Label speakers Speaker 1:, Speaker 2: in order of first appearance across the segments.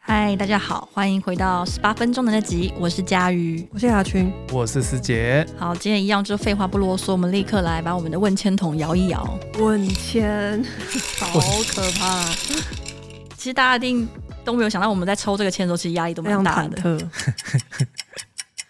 Speaker 1: 嗨，大家好，欢迎回到十八分钟的那集，我是佳瑜。
Speaker 2: 我是雅群，
Speaker 3: 我是思杰，
Speaker 1: 好，今天一样就废话不啰嗦，我们立刻来把我们的问签筒摇一摇。
Speaker 2: 问 签，
Speaker 1: 好可怕！其实大家一定都没有想到，我们在抽这个签的时候，其实压力都
Speaker 2: 非
Speaker 1: 蛮
Speaker 2: 常
Speaker 1: 大的。
Speaker 2: 忐忑。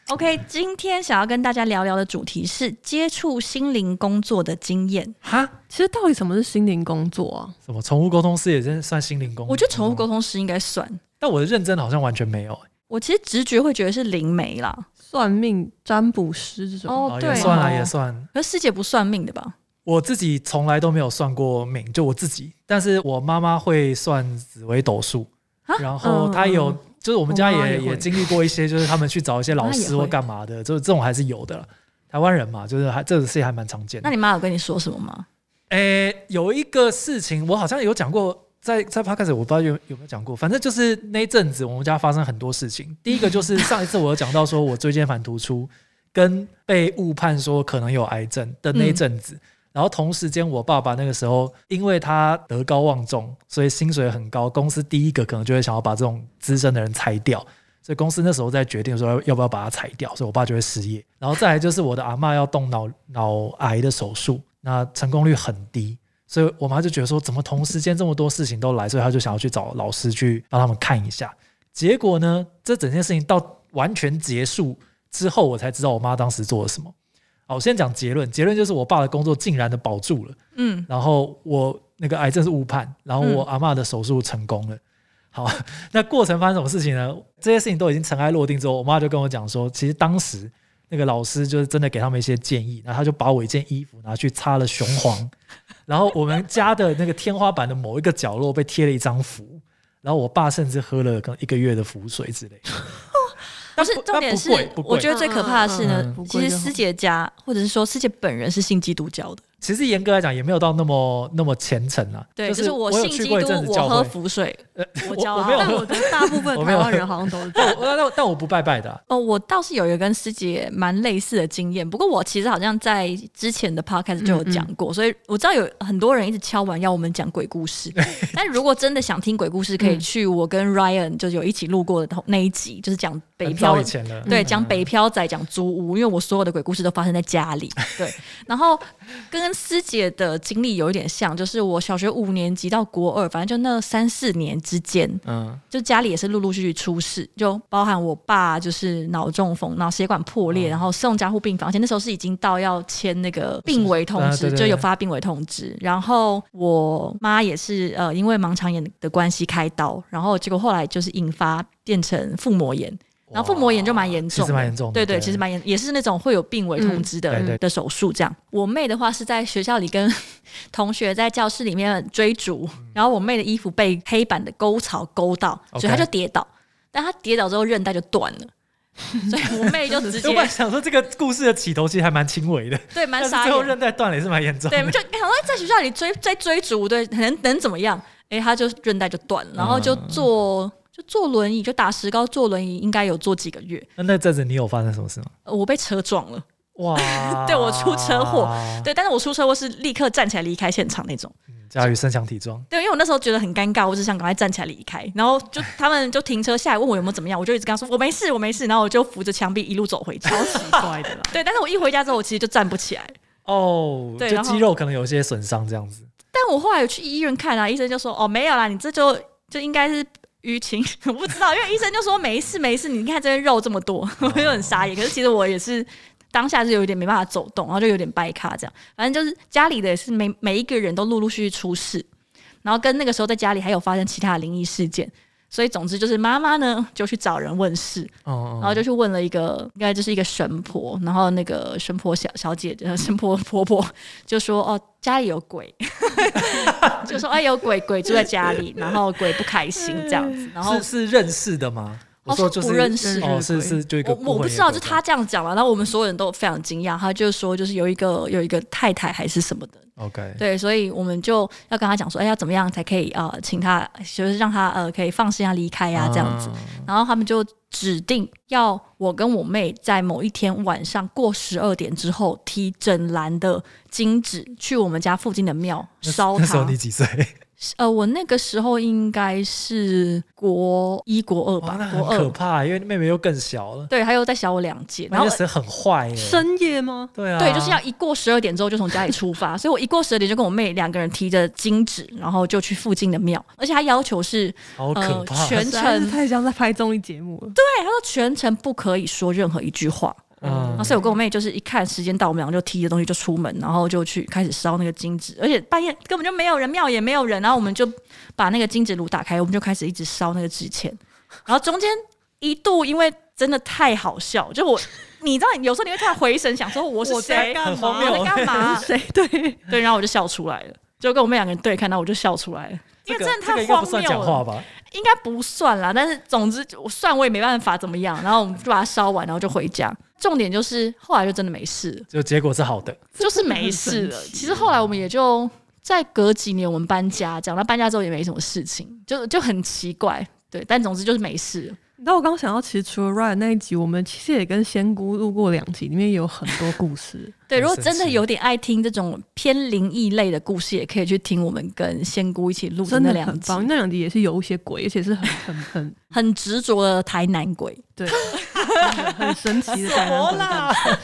Speaker 1: OK，今天想要跟大家聊聊的主题是接触心灵工作的经验。
Speaker 3: 哈，
Speaker 2: 其实到底什么是心灵工作啊？
Speaker 3: 什么宠物沟通师也真算心灵工？
Speaker 1: 我觉得宠物沟，通哦师应该算，
Speaker 3: 但我的认真好像完全没有、欸
Speaker 1: 我其实直觉会觉得是灵媒啦。
Speaker 2: 算命、占卜师这种？
Speaker 1: 哦对
Speaker 3: 也算
Speaker 2: 哦
Speaker 3: 啊，也算。
Speaker 1: 可是师姐不算命的吧？
Speaker 3: 我自己从来都没有算过命，就我自己，但是我妈妈会算紫微斗数，
Speaker 1: 啊
Speaker 3: 然后
Speaker 2: 嗯
Speaker 3: 她有，
Speaker 2: 嗯
Speaker 3: 就是我们家
Speaker 2: 我妈妈
Speaker 3: 也
Speaker 2: 也会
Speaker 3: 也经历过一些，就是他们去找一些老
Speaker 1: 我妈也
Speaker 3: 师
Speaker 1: 会
Speaker 3: 或干嘛的，就是这种还是有的啦。台湾人嘛，就是还这种事情还蛮常见的
Speaker 1: 那。你妈有跟你说什么吗？
Speaker 3: 诶、有一个事情我好像有讲过，在在 podcast 我不知道有有没有讲过，反正就是那一阵子我们家发生很多事情。第一个就是上一次我有讲到说我椎间盘突出，跟被误判说可能有癌症的那一阵子。然后同时间，我爸爸那个时候，因为他德高望重，所以薪水很高，公司第一个可能就会想要把这种资深的人裁掉。所以公司那时候在决定说要不要把它裁掉，所以我爸就会失业。然后再来就是我的阿嬷要动脑脑癌的手术，那成功率很低，所以我妈就觉得说怎么同时间这么多事情都来，所以她就想要去找老师去帮他们看一下。结果呢，这整件事情到完全结束之后，我才知道我妈当时做了什么。好，我先讲结论，结论就是我爸的工作竟然的保住了。
Speaker 1: 嗯，
Speaker 3: 然后我那个癌症是误判，然后我阿嬷的手术成功了。好， 那过程发生什么事情呢？这些事情都已经尘埃落定之后，我妈就跟我讲说，其实当时那个老师就是真的给他们一些建议，然后他就把我一件衣服拿去擦了雄黄，然后我们家的那个天花板的某一个角落被贴了一张符，然后我爸甚至喝了可能一个月的符水之类 的。
Speaker 1: 不哦是
Speaker 3: 但
Speaker 1: 重点是
Speaker 3: 但不贵，不
Speaker 1: 我
Speaker 3: 贵
Speaker 1: 觉得最可怕的是呢，
Speaker 3: 嗯
Speaker 2: 嗯嗯
Speaker 1: 其实师姐家或者是说师姐本人是信基督教的，
Speaker 3: 其实严格来讲也没有到那么那么虔诚啊。
Speaker 1: 对，
Speaker 3: 就是我有
Speaker 1: 信
Speaker 3: 去
Speaker 1: 基
Speaker 3: 过一阵
Speaker 1: 督
Speaker 3: 子，
Speaker 1: 我
Speaker 3: 教
Speaker 1: 喝
Speaker 3: 会，呃
Speaker 1: 符水，我教
Speaker 3: 我
Speaker 1: 啊
Speaker 3: 没有
Speaker 2: 但
Speaker 3: 喝
Speaker 2: 我觉得大部分
Speaker 3: 我
Speaker 2: 台
Speaker 3: 没有
Speaker 2: 湾人好像都是这样。
Speaker 3: 但我但我但我不拜拜的啊、
Speaker 1: 哦，我倒是有一个跟师姐蛮类似的经验，不过我其实好像在之前的 podcast 就有
Speaker 3: 嗯
Speaker 1: 讲过，所以我知道有很多人一直敲完要我们讲鬼故 事，但如果真的想听鬼故事，可
Speaker 3: 嗯
Speaker 1: 以去我跟 Ryan 就有一起录过的同那一集，就是讲 北
Speaker 3: 很早
Speaker 1: 漂
Speaker 3: 以前了，
Speaker 1: 对，
Speaker 3: 嗯
Speaker 1: 讲北漂仔，讲租屋，因为我所有的鬼故事都发生在家里。对，然后跟师姐的经历有一点像，就是我小学五年级到国二，反正就那三四年之间，
Speaker 3: 嗯，
Speaker 1: 就家里也是陆陆续续出事，就包含我爸就是脑中风、脑血管破
Speaker 3: 哦
Speaker 1: 裂，然后送加护病房，而且那时候是已经到要签那个病危通
Speaker 3: 啊
Speaker 1: 知，
Speaker 3: 对对
Speaker 1: 就有
Speaker 3: 对
Speaker 1: 发病危通知。然后我妈也是呃，因为盲肠炎的关系开刀，然后结果后来就是引发变成腹膜炎。然后腹膜炎就蛮严重的，
Speaker 3: 其实蛮严重的
Speaker 1: 对
Speaker 3: 哦对
Speaker 1: 其实蛮严，也是那种会有病危通知的、
Speaker 3: 嗯对对
Speaker 1: 的手术这样。我妹的话是在学校里跟同学在教室里面追逐，然后我妹的衣服被黑板的沟槽勾到，
Speaker 3: 嗯 OK
Speaker 1: 所以她就跌倒，但她跌倒之后韧带就断 了。所以我妹就直
Speaker 3: 我本来
Speaker 1: 接
Speaker 3: 想说这个故事的起头其实还蛮轻微的，
Speaker 1: 对
Speaker 3: 但
Speaker 1: 蛮
Speaker 3: 是
Speaker 1: 傻
Speaker 3: 最后
Speaker 1: 眼的，
Speaker 3: 韧带断了也是蛮严重
Speaker 1: 对，我
Speaker 3: 的。
Speaker 1: 们就想说在学校里追在追逐，对，能能怎么样？哎、她就韧带就断了，
Speaker 3: 嗯
Speaker 1: 然后就坐、就坐轮椅，就打石膏坐轮椅，应该有坐几个月。
Speaker 3: 那那阵子你有发生什么事吗？
Speaker 1: 呃我被车撞了。
Speaker 3: 哇
Speaker 1: 对我出车祸，对，但是我出车祸是立刻站起来离开现场那种。
Speaker 3: 佳宇身强体壮，
Speaker 1: 对，因为我那时候觉得很尴尬，我只想赶快站起来离开。然后 就他们就停车下来问我有没有怎么样，我就一直跟他说我没事，我没事。然后我就扶着墙壁一路走回家。
Speaker 2: 奇怪的啦
Speaker 1: ，对，但是我一回家之后，我其实就站不起来。
Speaker 3: 哦，
Speaker 1: 对
Speaker 3: 就
Speaker 1: 然后
Speaker 3: 肌肉可能有一些损伤这样子。
Speaker 1: 但我后来有去医院看啊，医生就说哦没有啦，你这就就应该是淤青， 我不知道，因为医生就说没事没事，你看这边肉这么多， 我就很傻眼。可是其实我也是。当下是有一点没办法走动，然后就有点掰卡这样。反正就是家里的也是每每一个人都陆陆续续出事，然后跟那个时候在家里还有发生其他的灵异事件，所以总之就是妈妈呢就去找人问事，
Speaker 3: 嗯，
Speaker 1: 然后就去问了一个，应该就是一个神婆，然后那个神婆小小姐， 呃，神婆婆婆就说：“哦，家里有鬼， 就说哎有鬼，鬼住在家里，然后鬼不开心这样子。”然后
Speaker 3: 是是认识的吗？我
Speaker 1: 哦
Speaker 3: 说
Speaker 1: 是
Speaker 3: 就是
Speaker 1: 不认识
Speaker 3: 哦，是是就一个
Speaker 1: 我我不知道，就
Speaker 3: 就是
Speaker 1: 他这样讲了，然后我们所有人都非常惊讶。他就说，就是有一个有一个太太还是什么的，
Speaker 3: OK，
Speaker 1: 对，所以我们就要跟他讲说，哎，要怎么样才可以啊、呃请他就是让他呃可以放心啊离开啊这样子。
Speaker 3: 嗯
Speaker 1: 然后他们就指定要我跟我妹在某一天晚上过十二点之后提整篮的金纸去我们家附近的庙烧
Speaker 3: 那时候
Speaker 1: 它
Speaker 3: 你。几岁？
Speaker 1: 呃，我那个时候应该是国一、国二
Speaker 3: 哇，哦那
Speaker 1: 吧，
Speaker 3: 很
Speaker 1: 国
Speaker 3: 可
Speaker 1: 二。
Speaker 3: 怕，因为妹妹又更小了，
Speaker 1: 对，还有再小我两届，然
Speaker 3: 那
Speaker 1: 后
Speaker 3: 个时候很坏 耶，
Speaker 2: 深夜吗？
Speaker 3: 对啊，
Speaker 1: 对，就是要一过十二点之后就从家里出发， 所以我一过十二点就跟我妹两个人提着金纸，然后就去附近的庙，而且她要求是，
Speaker 3: 好可怕，
Speaker 1: 呃全
Speaker 2: 实在是
Speaker 1: 程
Speaker 2: 太像在拍综艺节目了。
Speaker 1: 对，她哎说全程不可以说任何一句话。
Speaker 3: 嗯
Speaker 1: 然后所以我跟我妹就是一看时间到，我们两个就提着东西就出门，然后就去开始烧那个金纸，而且半夜根本就没有人，庙也没有人，然后我们就把那个金纸炉打开，我们就开始一直烧那个纸钱，然后中间一度因为真的太好笑，就我你知道有时候你会突然回神，想说我是
Speaker 2: 我在
Speaker 1: 谁，
Speaker 2: 干
Speaker 3: 很荒
Speaker 2: 嘛？
Speaker 1: 我在
Speaker 3: 谬
Speaker 1: 干嘛？
Speaker 2: 谁对？
Speaker 1: 对，然后我就笑出来了，就跟我妹两个人对看，然后我就笑出来了。因
Speaker 3: 这
Speaker 1: 为
Speaker 3: 个
Speaker 1: 真的
Speaker 3: 这个
Speaker 1: 太
Speaker 3: 应该不
Speaker 1: 荒
Speaker 3: 算
Speaker 1: 谬
Speaker 3: 讲话
Speaker 1: 了，
Speaker 3: 吧？
Speaker 1: 应该不算啦。但是总之，我算我也没办法怎么样。然后我们就把它烧完，然后就回家。重点就是后来就真的没事了，
Speaker 3: 就结果是好的，
Speaker 1: 就是没事了
Speaker 2: 很。神奇
Speaker 1: 其实后来我们也就再隔几年，我们搬家，讲到搬家之后也没什么事情，就就很奇怪。对，但总之就是没事了。
Speaker 2: 你知道我刚刚想到，其实除了 Ryan 那一集，我们其实也跟仙姑录过两集，里面也有很多故事。
Speaker 1: 对，
Speaker 3: 很
Speaker 1: 如果
Speaker 3: 神
Speaker 1: 真的
Speaker 3: 奇
Speaker 1: 有点爱听这种偏灵异类的故事，也可以去听我们跟仙姑一起录
Speaker 2: 真
Speaker 1: 那
Speaker 2: 的
Speaker 1: 两
Speaker 2: 很
Speaker 1: 集，
Speaker 2: 棒，那两集也是有一些鬼，而且是很很很
Speaker 1: 很执着的台南鬼。
Speaker 2: 对，很很神奇 的台南鬼
Speaker 3: 啦。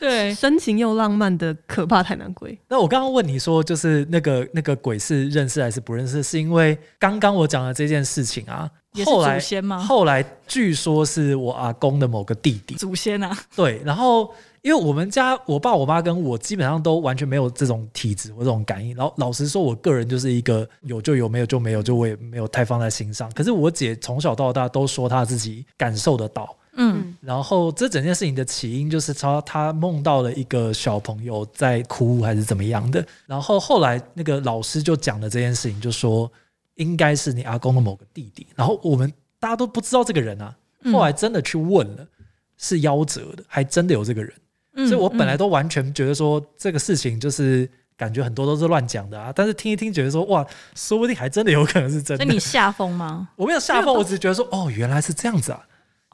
Speaker 1: 对，
Speaker 2: 深情又浪漫的可怕台南鬼。
Speaker 3: 那我刚刚问你说，就是那个那个鬼是认识还是不认识？是因为刚刚我讲的这件事情啊
Speaker 1: 也，是
Speaker 3: 后
Speaker 1: 祖
Speaker 3: 来
Speaker 1: 先吗？
Speaker 3: 后来据说是我阿公的某个弟弟，
Speaker 1: 祖先啊，
Speaker 3: 对，然后因为我们家我爸我妈跟我基本上都完全没有这种体质或这种感应，然后老实说，我个人就是一个有就有，没有就没有，就我也没有太放在心上。可是我姐从小到大都说她自己感受得到，
Speaker 1: 嗯，
Speaker 3: 然后这整件事情的起因就是她她梦到了一个小朋友在哭还是怎么样的，然后后来那个老师就讲了这件事情，就说应该是你阿公的某个弟弟，然后我们大家都不知道这个人啊，
Speaker 1: 嗯
Speaker 3: 后来真的去问了，是夭折的，还真的有这个人，
Speaker 1: 嗯
Speaker 3: 所以我本来都完全觉得说这个事情就是感觉很多都是乱讲的啊，但是听一听觉得说哇，说不定还真的有可能是真
Speaker 1: 嗯
Speaker 3: 的
Speaker 1: 所以。你下风吗？
Speaker 3: 我没有下风，我只是觉得说哦，原来是这样子啊，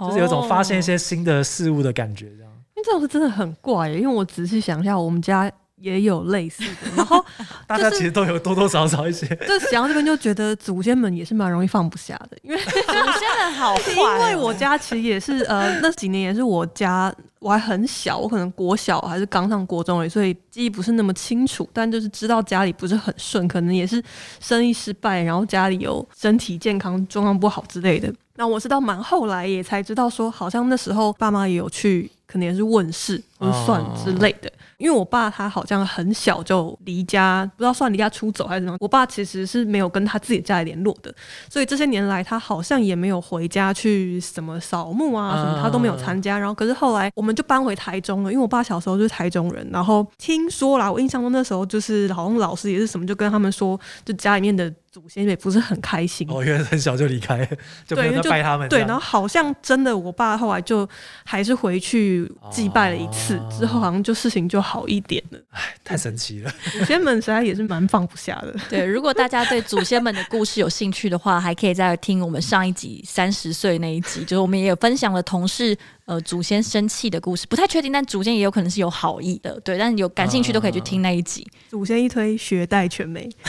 Speaker 3: 就是有一种发
Speaker 2: 哦
Speaker 3: 现一些新的事物的感觉，这样。
Speaker 2: 因为这种是真的很怪耶、因为我仔细想一下，我们家也有类似的，然后
Speaker 3: 大家其实都有多多少少 一些，
Speaker 2: 就想到这边就觉得祖先们也是蛮容易放不下的，因为
Speaker 1: 祖先的好坏
Speaker 2: 因
Speaker 1: 哦，
Speaker 2: 为我家其实也是呃那几年也是我家我还很小，我可能国小还是刚上国中而已，所以记忆不是那么清楚，但就是知道家里不是很顺，可能也是生意失败，然后家里有身体健康状况不好之类的。那我是到蛮后来也才知道说，好像那时候爸妈也有去，可能也是问世、问算之类的。因为我爸他好像很小就离家，不知道算离家出走还是怎么样。我爸其实是没有跟他自己的家里联络的，所以这些年来他好像也没有回家去什么扫墓啊
Speaker 3: 嗯
Speaker 2: 什么，他都没有参加。然后可是后来我们就搬回台中了，因为我爸小时候就是台中人。然后听说啦，我印象中那时候就是好像老师也是什么，就跟他们说，就家里面的祖先也不是很开心。
Speaker 3: 哦，原来很小就离开，就没
Speaker 2: 对因
Speaker 3: 有
Speaker 2: 为
Speaker 3: 再
Speaker 2: 就
Speaker 3: 拜他们这
Speaker 2: 对，
Speaker 3: 样。
Speaker 2: 然后好像真的，我爸后来就还是回去祭拜了一次，
Speaker 3: 哦
Speaker 2: 之后好像就事情就好一点了。
Speaker 3: 太神奇了，
Speaker 2: 祖先们实在也是蛮放不下的。
Speaker 1: 对，如果大家对祖先们的故事有兴趣的话，还可以再听我们上一集三十岁那一集，就是我们也有分享了同事呃祖先生气的故事，不太确定，但祖先也有可能是有好意的，对，但有感兴趣都可以去听那一集。
Speaker 2: 祖先一推，学带全没，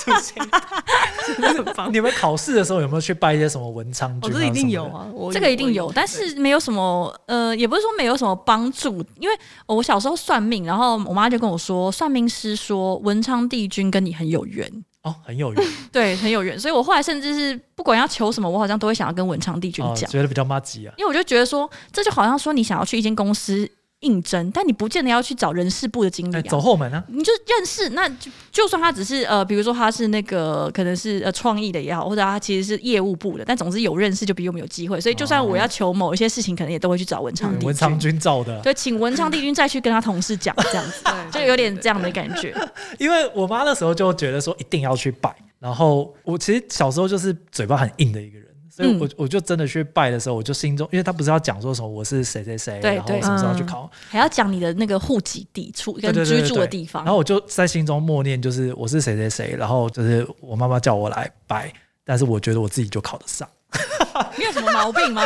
Speaker 3: 祖先
Speaker 2: 真的很棒。
Speaker 3: 你们考试的时候有没有去拜一些什么文昌君？
Speaker 2: 我这一定有。啊，我
Speaker 1: 这个一定有，但是没有什么，呃，也不是说没有什么帮助，因为呃我小时候算命，然后我妈就跟我说，算命师说文昌帝君跟你很有缘，
Speaker 3: 哦，很有缘，
Speaker 1: 对，很有缘，所以我后来甚至是不管要求什么，我好像都会想要跟文昌帝君
Speaker 3: 哦
Speaker 1: 讲，
Speaker 3: 觉得比较妈吉啊。
Speaker 1: 因为我就觉得说，这就好像说你想要去一间公司应征，但你不见得要去找人事部的经理
Speaker 3: 哎，
Speaker 1: 啊。
Speaker 3: 走后门啊，
Speaker 1: 你就认识，那就就算他只是呃，比如说他是那个可能是呃创意的也好，或者他其实是业务部的，但总之有认识就比我们有机会。所以就算我要求某一些事情，可能也都会去找文昌帝
Speaker 3: 哦文昌
Speaker 1: 君，
Speaker 3: 君照的啊。
Speaker 1: 对，请文昌帝君再去跟他同事讲，这样子
Speaker 2: 对
Speaker 1: 就有点这样的感 觉。
Speaker 3: 因为我妈那时候就觉得说一定要去拜，然后我其实小时候就是嘴巴很硬的一个人，所
Speaker 2: 嗯
Speaker 3: 以我、我就真的去拜的时候，我就心中，因为他不是要讲说什么我是谁谁谁，
Speaker 1: 对
Speaker 3: 然后
Speaker 1: 对
Speaker 3: 什么时
Speaker 2: 嗯
Speaker 3: 候要去考，
Speaker 1: 还要讲你的那个户籍地处跟
Speaker 3: 对对对
Speaker 1: 居
Speaker 3: 对
Speaker 1: 住的
Speaker 3: 对
Speaker 1: 地方，
Speaker 3: 然后我就在心中默念，就是我是谁谁谁，然后就是我妈妈叫我来拜，但是我觉得我自己就考得上，
Speaker 1: 你有什么毛病吗？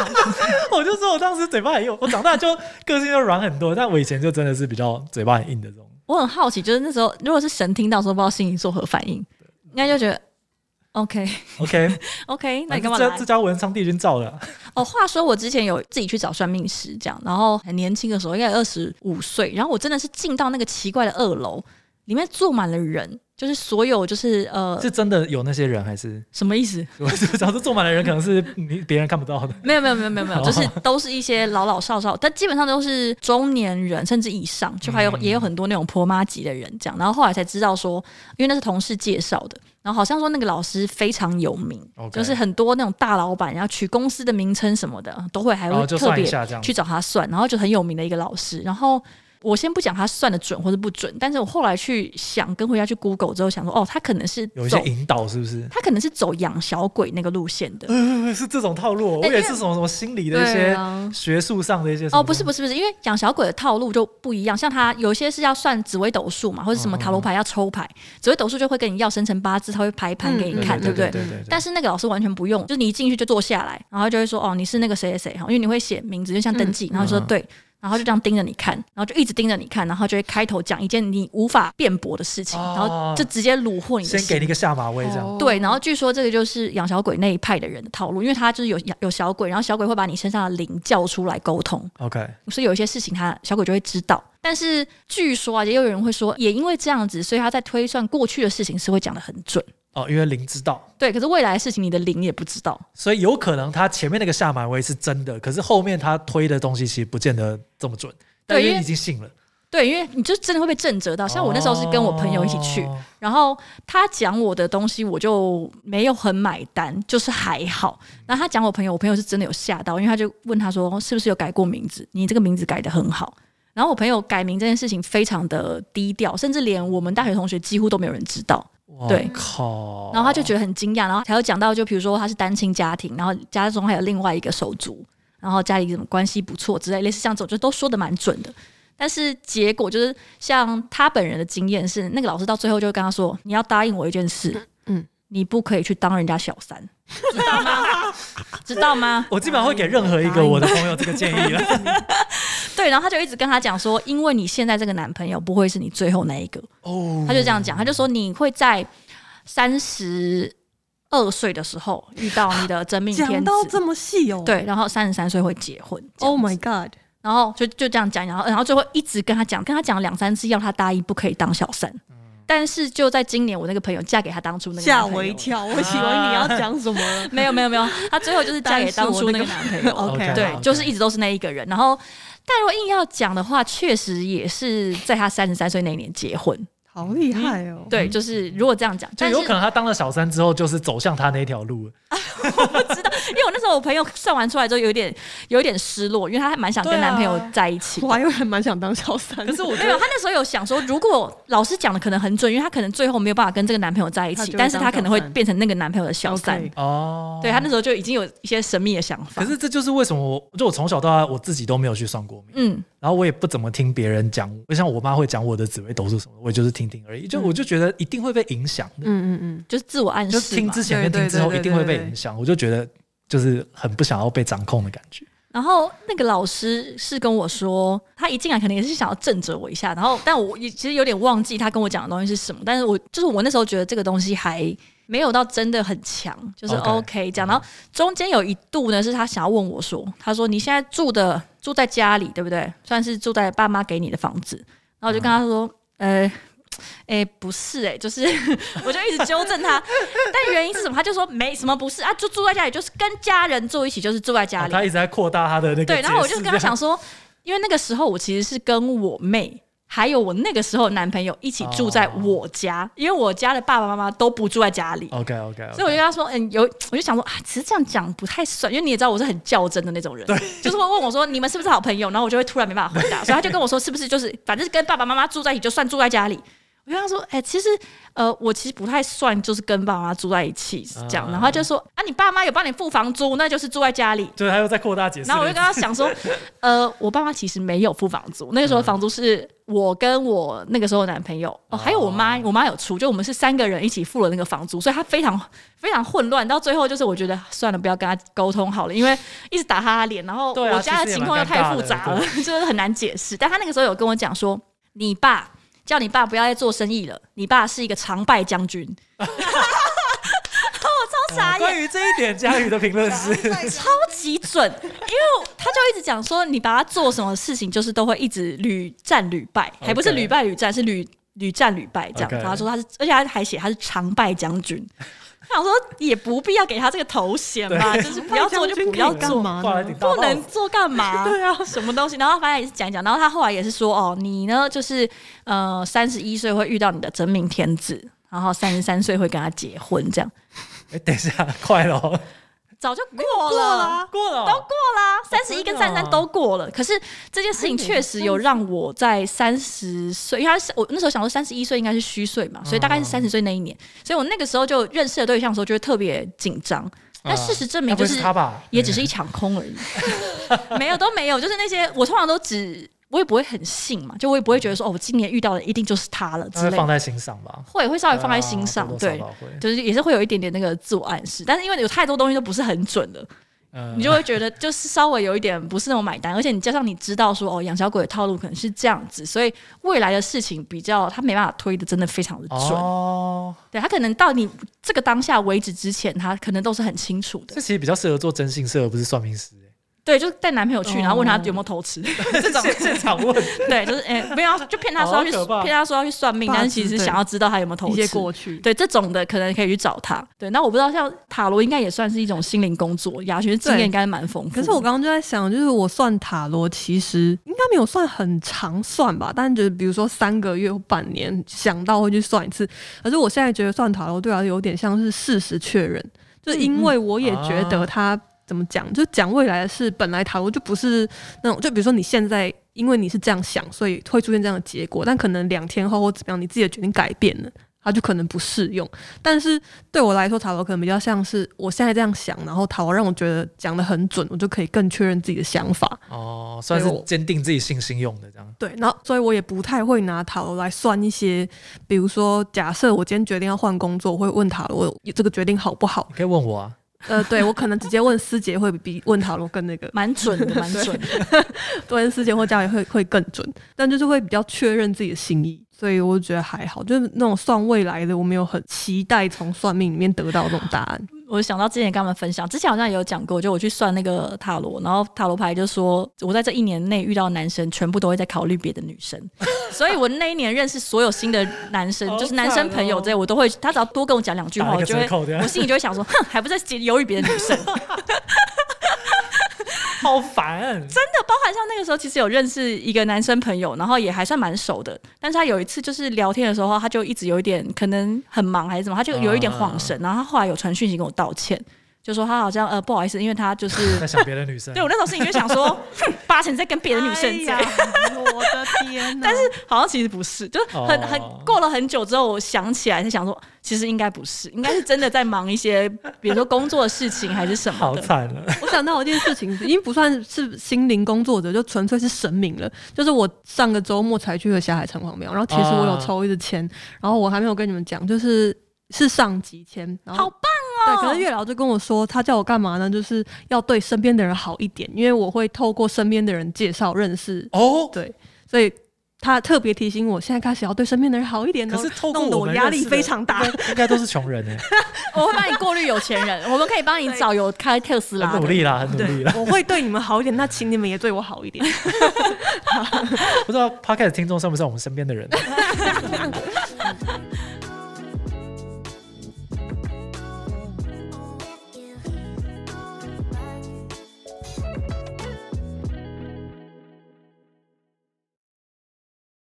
Speaker 3: 我就说我当时嘴巴很硬，我长大就个性就软很多，但我以前就真的是比较嘴巴很硬的这种。
Speaker 1: 我很好奇，就是那时候如果是神听到的时候，不知道心里作何反应。应该就觉得 OK
Speaker 3: OK，
Speaker 1: OK，那
Speaker 3: 反
Speaker 1: 你
Speaker 3: 正
Speaker 1: 干嘛
Speaker 3: 这
Speaker 1: 来
Speaker 3: 这？家文昌帝君造的 啊，
Speaker 1: 哦，话说我之前有自己去找算命师，这样，然后很年轻的时候，应该二十五岁，然后我真的是进到那个奇怪的二楼，里面坐满了人，就是所有就是呃，
Speaker 3: 是真的有那些人还是？
Speaker 1: 什么意思？
Speaker 3: 我早就坐满的人可能是你别人看不到的。
Speaker 1: 没有没有没有没有没有，
Speaker 3: 哦
Speaker 1: 就是都是一些老老少少，但基本上都是中年人甚至以上，就还有、
Speaker 3: 嗯
Speaker 1: 也有很多那种婆妈级的人这样。然后后来才知道说，因为那是同事介绍的，然后好像说那个老师非常有名
Speaker 3: OK
Speaker 1: 就是很多那种大老板，然后取公司的名称什么的，都 会还
Speaker 3: 然后
Speaker 1: 会
Speaker 3: 哦就
Speaker 1: 哎特
Speaker 3: 算一
Speaker 1: 别
Speaker 3: 下这样子
Speaker 1: 去找他算，然后就很有名的一个老师，然后。我先不讲他算的准或者不准，但是我后来去想，跟回家去 Google 之后想说，哦，他可能是
Speaker 3: 有一些
Speaker 1: 走，
Speaker 3: 引导是 不是？
Speaker 1: 他可能是走养小鬼那个路线的。
Speaker 3: 嗯，是这种套路哦，我
Speaker 1: 哎
Speaker 3: 也是什么什么心理的一
Speaker 2: 对
Speaker 3: 些
Speaker 2: 啊
Speaker 3: 学术上的一些什么
Speaker 1: 哦，不是不是不是，因为养小鬼的套路就不一样，像他有些是要算紫微斗数嘛，或者
Speaker 3: 嗯
Speaker 1: 什么塔罗牌要抽牌，紫微斗数就会跟你要生辰八字，他会排盘给
Speaker 3: 对
Speaker 1: 你看，
Speaker 3: 嗯对
Speaker 1: 不对？
Speaker 3: 对对对。
Speaker 1: 但
Speaker 3: 是
Speaker 1: 是那个老师完全不用，就你一进去就坐下来，然后就会说哦，你是那个谁谁谁哈，因为你会写名字，就像登记，然后就说
Speaker 3: 嗯
Speaker 1: 对，然后就这样盯着你看，然后就一直盯着你看，然后就会开头讲一件你无法辩驳的事情，
Speaker 3: 哦
Speaker 1: 然后就直接虏获你的哦
Speaker 3: 先
Speaker 1: 心
Speaker 3: 给你一个下马威这
Speaker 2: 哦
Speaker 3: 样。
Speaker 1: 对，然后据说这个就是养小鬼那一派的人的套路，因为他就是有有小鬼，然后小鬼会把你身上的灵叫出来沟通，
Speaker 3: OK，
Speaker 1: 所以有一些事情他小鬼就会知道。但是据说啊，也有人会说，也因为这样子，所以他在推算过去的事情是会讲得很准。
Speaker 3: 哦，因为灵知道，
Speaker 1: 对，可是未来的事情你的灵也不知道。
Speaker 3: 所以有可能他前面那个下马威是真的，可是后面他推的东西其实不见得这么准，但
Speaker 1: 对
Speaker 3: 因
Speaker 1: 因
Speaker 3: 为
Speaker 1: 为
Speaker 3: 已经信了。
Speaker 1: 对，因为你就真的会被震折到。像我那时候是跟我朋友一起去，
Speaker 3: 哦
Speaker 1: 然后他讲我的东西，我就没有很买单，就是还好。然后他讲我朋友，我朋友是真的有吓到，因为他就问他说：“是不是有改过名字？你这个名字改得很好。”然后我朋友改名这件事情非常的低调，甚至连我们大学同学几乎都没有人知道。
Speaker 3: 哦哇
Speaker 1: 对
Speaker 3: 靠，
Speaker 1: 然后他就觉得很惊讶，然后还有讲到，就比如说他是单亲家庭，然后家中还有另外一个手足，然后家里什么关系不错之类，类似像这种，就都说的蛮准的。但是结果就是，像他本人的经验是，那个老师到最后就会跟他说：“你要答应我一件事，
Speaker 2: 嗯
Speaker 1: 你不可以去当人家小三，知道吗？ 知道吗？”
Speaker 3: 我基本上会给任何一个我的朋友这个建议了。
Speaker 1: 对，然后他就一直跟他讲说：“因为你现在这个男朋友不会是你最后那一个，
Speaker 3: 哦，
Speaker 1: 他就这样讲，他就说你会在三十二岁的时候遇到你的真命
Speaker 2: 讲
Speaker 1: 天
Speaker 2: 到
Speaker 1: 子
Speaker 2: 这，么细哦，
Speaker 1: 对，然后三十三岁会结婚。
Speaker 2: ，Oh
Speaker 1: Oh my！
Speaker 2: my God，
Speaker 1: 然后就就这样讲，然后然后最后一直跟他讲，跟他讲两三次，要他答应不可以当小三。但是就在今年，我那个朋友嫁给他当初那个
Speaker 2: 嗯吓
Speaker 1: 男朋
Speaker 2: 我一
Speaker 1: 友。
Speaker 2: 跳，我以为你要讲什么了
Speaker 1: 没有没有没有，她最后就是啊嫁给 当初那个男朋友。
Speaker 2: OK，
Speaker 3: OK
Speaker 1: 对，就是一直都是那一个人。然后，但如果硬要讲的话，确实也是在他三十三岁那一年结婚。
Speaker 2: 好厉害哦！
Speaker 1: 嗯对，就是如果这样讲，
Speaker 3: 就
Speaker 1: 但是
Speaker 3: 有可能他当了小三之后，就是走向他那条路了。
Speaker 1: 因为我那时候我朋友算完出来之后有点有点失落，因为她还蛮想
Speaker 3: 对
Speaker 1: 跟
Speaker 3: 啊
Speaker 1: 男朋友在一起。
Speaker 2: 我还有还蛮想当小三，
Speaker 3: 可是我觉
Speaker 1: 没有，
Speaker 3: 得
Speaker 1: 她那时候有想说，如果老师讲的可能很准，因为她可能最后没有办法跟这个男朋友在一
Speaker 2: 她
Speaker 1: 起
Speaker 2: 就，会
Speaker 1: 但是她
Speaker 2: 当
Speaker 1: 可能会
Speaker 2: 小三
Speaker 1: 变成那个男朋友的小三。
Speaker 2: OK
Speaker 3: 哦，
Speaker 1: 对她那时候就已经有一些神秘的想法。
Speaker 3: 可是这就是为什么我，就我从小到大我自己都没有去算过命，
Speaker 1: 嗯，
Speaker 3: 然后我也不怎么听别人讲，就像我妈会讲我的紫微斗数什么的，我也就是听听而已。就、我就觉得一定会被影响的，
Speaker 2: 嗯嗯嗯，
Speaker 1: 就是自我暗
Speaker 3: 就
Speaker 1: 示
Speaker 3: 听
Speaker 1: 嘛。
Speaker 3: 之前跟听之后
Speaker 2: 对对对对
Speaker 3: 一定会被影响，我就觉得就是很不想要被掌控的感觉。
Speaker 1: 然后那个老师是跟我说，他一进来可能也是想要震着我一下，然后但我也其实有点忘记他跟我讲的东西是什么，但是我就是我那时候觉得这个东西还没有到真的很强，就是
Speaker 3: OK
Speaker 1: OK 这样。然后中间有一度呢，是他想要问我说，他说你现在住的住在家里对不对？算是住在爸妈给你的房子，然后我就跟他说，呃。哎、不是哎、就是 我就一直纠正他，但原因是什么？他就说没什么不是啊，就住在家里，就是跟家人住一起，就是住在家
Speaker 3: 哦
Speaker 1: 里。
Speaker 3: 她一直在扩大她的那个
Speaker 1: 对，然后我就
Speaker 3: 解释
Speaker 1: 跟他讲，说，因为那个时候我其实是跟我妹。还有我那个时候男朋友一起住在
Speaker 3: 哦
Speaker 1: 我家，因为我家的爸爸妈妈都不住在家里，
Speaker 3: OK 哦 OK，, o k
Speaker 1: 所以我就跟他说，嗯，有，我就想说啊，其实这样讲不太算，因为你也知道我是很较真的那种人，就是会问我说你们是不是好朋友，然后我就会突然没办法回答，所以他就跟我说是不是就是反正跟爸爸妈妈住在一起就算住在家里，我就跟他说，哎、其实呃我其实不太算就是跟爸妈住在一起是这样，
Speaker 3: 啊
Speaker 1: 然后他就说啊你爸妈有帮你付房租，那就是住在家里，
Speaker 3: 就是他又在扩大解释了。
Speaker 1: 然后我就跟他想说， 呃，我爸妈其实没有付房租，那个时
Speaker 3: 嗯
Speaker 1: 候房租是我跟我那个时候的男朋友，哦，还有我妈，我妈有出，就我们是三个人一起付了那个房租，所以他非常非常混乱，到最后就是我觉得算了，不要跟他沟通好了，因为一直打他的脸，然后
Speaker 3: 对啊
Speaker 1: 我家
Speaker 3: 其
Speaker 1: 的
Speaker 3: 实也
Speaker 1: 情况又
Speaker 3: 蛮尴尬
Speaker 1: 太
Speaker 3: 的
Speaker 1: 复杂了，就是很难解释。但他那个时候有跟我讲说，你爸叫你爸不要再做生意了，你爸是一个常败将军。 我超傻
Speaker 3: 啊
Speaker 1: 眼，
Speaker 3: 关于这一点，佳宇的评论是
Speaker 1: 超级准， 因为他就一直讲说，你把他做什么事情，就是都会一直屡战屡败，还不是
Speaker 3: OK
Speaker 1: 屡败屡战，是屡屡战屡败这样。
Speaker 3: OK
Speaker 1: 然后他说他是，而且他还写他是常败将军。他想说也不必要给他这个头衔吧，就是不要做就不要
Speaker 2: 干
Speaker 1: 做，
Speaker 2: 嘛
Speaker 3: 挂来顶
Speaker 2: 呢？
Speaker 3: 大帽
Speaker 1: 不
Speaker 3: 子
Speaker 1: 能做干嘛？
Speaker 2: 对啊，
Speaker 1: 什么东西？然后反正也是讲一讲，然后他后来也是说，哦，你呢就是呃三十一岁会遇到你的真命天子，然后三十三岁会跟他结婚，这样
Speaker 3: 哎，等一下，快了哦，
Speaker 1: 早就过
Speaker 2: 过了
Speaker 1: 了
Speaker 2: 啊。
Speaker 3: 过了
Speaker 1: 都过
Speaker 3: 哦，
Speaker 1: 啦，三十一跟
Speaker 3: 真的哎
Speaker 1: 三
Speaker 3: 哦
Speaker 1: 三都过了。可是这件事情确实有让我在三十岁，因为他是我那时候想说三十一岁应该是虚岁嘛，所以大
Speaker 3: 嗯
Speaker 1: 概是三十岁那一年，所以我那个时候就认识的对象的时候就会特别紧张。但事实证
Speaker 3: 该
Speaker 1: 明，
Speaker 3: 嗯不
Speaker 1: 就
Speaker 3: 会是他吧，嗯
Speaker 1: 也只是一场空而已， 没有都没有，就是那些我通常都只我也不会很信嘛，就我也不会觉得说哦，我今年遇到的一定就是他了
Speaker 3: 他
Speaker 1: 之
Speaker 3: 会
Speaker 1: 类
Speaker 3: 呃放
Speaker 1: 的，
Speaker 3: 在心上吧，啊
Speaker 1: 会会稍微放在心上，
Speaker 3: 多多少
Speaker 1: 对
Speaker 3: 少，会，
Speaker 1: 就是也是会有一点点那个自我暗示，但是因为有太多东西都不是很准的，
Speaker 3: 嗯
Speaker 1: 你就会觉得就是稍微有一点不是那种买单，而且你加上你知道说哦，养小鬼的套路可能是这样子，所以未来的事情比较他没办法推的真的非常的准，
Speaker 3: 哦，
Speaker 1: 对他可能到你这个当下为止之前，他可能都是很清楚的
Speaker 3: 这，其实比较适合做征信社，而不是算命师。哎
Speaker 1: 对，就带男朋友去，
Speaker 2: 哦
Speaker 1: 然后问他有没有偷吃，这种
Speaker 3: 现现场问，
Speaker 1: 对，就是哎、没有啊，就骗他说要去
Speaker 3: 好可怕
Speaker 1: 骗他说要去算命，
Speaker 2: 八字
Speaker 1: 但是其实想要知道他有没有偷
Speaker 2: 一些
Speaker 1: 吃。
Speaker 2: 过去，
Speaker 1: 对这种的可能可以去找他。对，那我不知道像塔罗应该也算是一种心灵工作，雅璇经验应该蛮丰富的。
Speaker 2: 可是我刚刚就在想，就是我算塔罗，其实应该没有算很长算吧，但就是比如说三个月或半年想到会去算一次。可是我现在觉得算塔罗对我来说有点像是事实确认，就因为我也觉得他怎么讲，就讲未来的事，本来塔罗就不是那种，就比如说你现在。因为你是这样想，所以会出现这样的结果，但可能两天后或怎么样，你自己的决定改变了，它就可能不适用。但是对我来说，塔罗可能比较像是我现在这样想，然后塔罗让我觉得讲的很准，我就可以更确认自己的想法。
Speaker 3: 哦，算是坚定自己信心用的这样。
Speaker 2: 对，然后所以我也不太会拿塔罗来算一些，比如说假设我今天决定要换工作，我会问塔罗这个决定好不好
Speaker 3: 你？可以问我啊，
Speaker 2: 呃，对我可能直接问师姐会比问塔罗更那个，
Speaker 1: 蛮准的，蛮准的。
Speaker 2: 问师姐或家里会会更准，但就是会比较确认自己的心意。所以我觉得还好，就是那种算未来的，我没有很期待从算命里面得到这种答 案。
Speaker 1: 我想到之前跟他们分享，之前好像也有讲过，就我去算那个塔罗，然后塔罗牌就说，我在这一年内遇到的男生，全部都会在考虑别的女生，所以我那一年认识所有新的男生，
Speaker 3: 好哦
Speaker 1: 就是男生朋友之类，我都会，他只要多跟我讲两句
Speaker 3: 打
Speaker 1: 话，
Speaker 3: 了一
Speaker 1: 我
Speaker 3: 个
Speaker 1: 就
Speaker 3: 折
Speaker 1: 会，
Speaker 3: 扣这
Speaker 1: 我
Speaker 3: 样，
Speaker 1: 心里就会想说，哼，还不在犹豫别的女生。
Speaker 3: 好 烦。
Speaker 1: 包含像那个时候，其实有认识一个男生朋友，然后也还算蛮熟的。但是他有一次就是聊天的时候，他就一直有一点可能很忙还是怎么，他就有一点
Speaker 3: 啊
Speaker 1: 晃神。然后他后来有传讯息跟我道歉，就说他好像呃不好意思，因为他就是
Speaker 3: 在想别的女生，
Speaker 1: 对我那时候心里就想 说，哼，八成在跟 别的女生这样。
Speaker 2: 哎我的天！ 但是
Speaker 1: 好像其实不是，就是很
Speaker 3: 哦
Speaker 1: 很过了很久之后，我想起来才想说，其实应该不是，应该是真的在忙一些，比如说工作的事情还是什么
Speaker 3: 好
Speaker 1: 的。
Speaker 3: 惨啊了。
Speaker 2: 我想到一件事情，已经不算是心灵工作者，就纯粹是神明了。就是我上个周末才去了霞海城隍庙，然后其实我有抽一支签，然后我还没有跟你们讲，就是是上级签，然后
Speaker 1: 好棒
Speaker 2: 对
Speaker 1: 哦！，
Speaker 2: 可是月老就跟我说，他叫我干嘛呢？就是要对身边的人好一点，因为我会透过身边的人介绍认识，
Speaker 3: 哦，
Speaker 2: 对，所以。他特别提醒我，现在开始要对身边的人好一点哦。
Speaker 3: 可是透过
Speaker 2: 弄得
Speaker 3: 我
Speaker 2: 我
Speaker 3: 们
Speaker 2: 压
Speaker 3: 认
Speaker 2: 力
Speaker 3: 识的
Speaker 2: 非常大。
Speaker 3: 应该都是穷 人哎，
Speaker 1: 我会帮你过滤有钱人，我们可以帮你找有开特斯拉
Speaker 3: 很
Speaker 1: 的
Speaker 3: 努。力啦，很努力 啦。
Speaker 2: 我会对你们好一点，那请你们也对我好一点。
Speaker 3: 啊不知道 podcast 听众算不算我们身边的人？